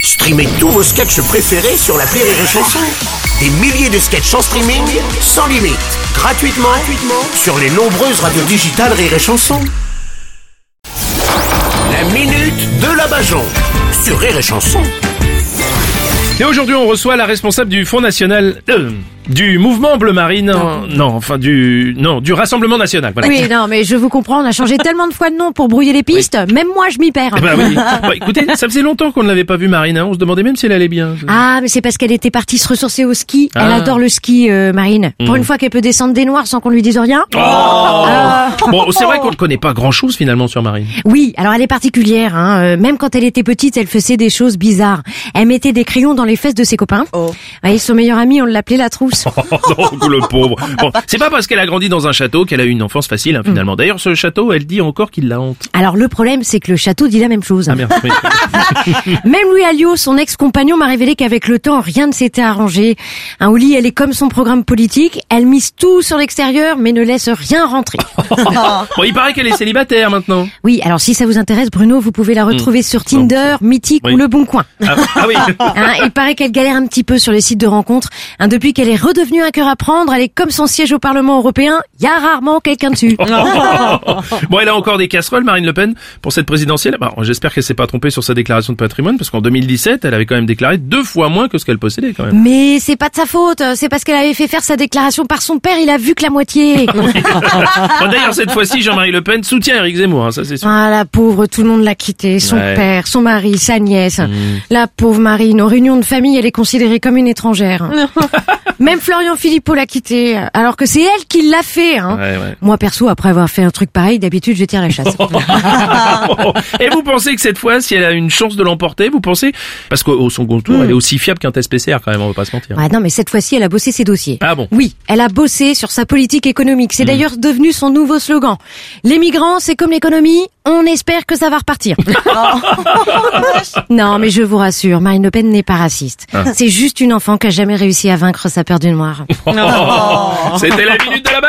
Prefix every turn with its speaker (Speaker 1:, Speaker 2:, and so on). Speaker 1: Streamez tous vos sketchs préférés sur la Rire et Chanson. Des milliers de sketchs en streaming, sans limite, gratuitement, gratuitement sur les nombreuses radios digitales Rire et Chanson. La minute de la Bajon sur Rire et Chanson.
Speaker 2: Et aujourd'hui, on reçoit la responsable du Fonds national euh, du mouvement bleu marine. euh, non, enfin du non, du Rassemblement national. voilà.
Speaker 3: Oui, non, mais je vous comprends, on a changé tellement de fois de nom pour brouiller les pistes, même moi je m'y perds.
Speaker 2: Eh ben oui. Bah, écoutez, ça faisait longtemps qu'on ne l'avait pas vue, Marine. hein. On se demandait même si elle allait bien.
Speaker 3: Ah, mais c'est parce qu'elle était partie se ressourcer au ski. Elle
Speaker 2: Ah. Hmm.
Speaker 3: adore le ski, euh, Marine. Pour une fois qu'elle peut descendre des noirs sans qu'on lui dise rien.
Speaker 2: Oh. Ah. Bon, c'est vrai qu'on ne connaît pas grand-chose finalement sur Marine.
Speaker 3: Oui, alors elle est particulière. Hein. euh, Même quand elle était petite, elle faisait des choses bizarres. Elle mettait des crayons dans les fesses de ses copains. Ouais, son meilleur ami, on l'appelait la trousse.
Speaker 2: Oh, donc le pauvre. Bon, c'est pas parce qu'elle a grandi dans un château qu'elle a eu une enfance facile hein, finalement. D'ailleurs, ce château, elle dit encore qu'il la hante.
Speaker 3: Alors le problème, c'est que le château dit la même chose.
Speaker 2: Ah merde. oui.
Speaker 3: Même Louis Alliot, son ex-compagnon, m'a révélé qu'avec le temps, rien ne s'était arrangé. Un Oli, elle est comme son programme politique. Elle mise tout sur l'extérieur, mais ne laisse rien rentrer.
Speaker 2: Bon, il paraît qu'elle est célibataire maintenant.
Speaker 3: Oui, alors si ça vous intéresse, Bruno, vous pouvez la retrouver sur Tinder, Mythique
Speaker 2: Oui.
Speaker 3: ou Le Bon Coin.
Speaker 2: Ah, ah oui.
Speaker 3: Hein, il paraît qu'elle galère un petit peu sur les sites de rencontres. Hein, depuis qu'elle est redevenue un cœur à prendre, elle est comme son siège au Parlement européen. Il y a rarement quelqu'un dessus.
Speaker 2: bon, elle a encore des casseroles, Marine Le Pen, pour cette présidentielle. Bah, J'espère qu'elle s'est pas trompée sur sa déclaration de patrimoine, parce qu'en 2017, elle avait quand même déclaré deux fois moins que ce qu'elle possédait, quand même.
Speaker 3: Mais c'est pas de sa faute, c'est parce qu'elle avait fait faire sa déclaration par son père, il a vu que la moitié.
Speaker 2: Bon, D'ailleurs, cette fois-ci, Jean-Marie Le Pen soutient Eric Zemmour, hein, ça c'est sûr.
Speaker 3: Ah, la pauvre, tout le monde l'a quittée. Son
Speaker 2: Ouais. Mm.
Speaker 3: père, son mari, sa nièce. La pauvre Marine, aux réunions de famille, elle est considérée comme une étrangère. Même Florian Philippot l'a quittée, alors que c'est elle qui l'a fait. hein.
Speaker 2: Ouais, ouais.
Speaker 3: Moi, perso, après avoir fait un truc pareil, d'habitude, je tire la chasse.
Speaker 2: Bon. Et vous pensez que cette fois, si elle a une chance de l'emporter, vous pensez Parce qu'au second tour, elle est aussi fiable qu'un test PCR, quand même, on va pas se mentir.
Speaker 3: Ah non, mais cette fois-ci, elle a bossé ses dossiers.
Speaker 2: Ah bon
Speaker 3: Oui, elle a bossé sur sa politique économique. C'est d'ailleurs devenu son nouveau slogan. Les migrants, c'est comme l'économie, on espère que ça va repartir. non, mais je vous rassure, Marine Le Pen n'est pas raciste. C'est juste une enfant qui a jamais réussi à vaincre sa peur du noir.
Speaker 2: C'était la minute de la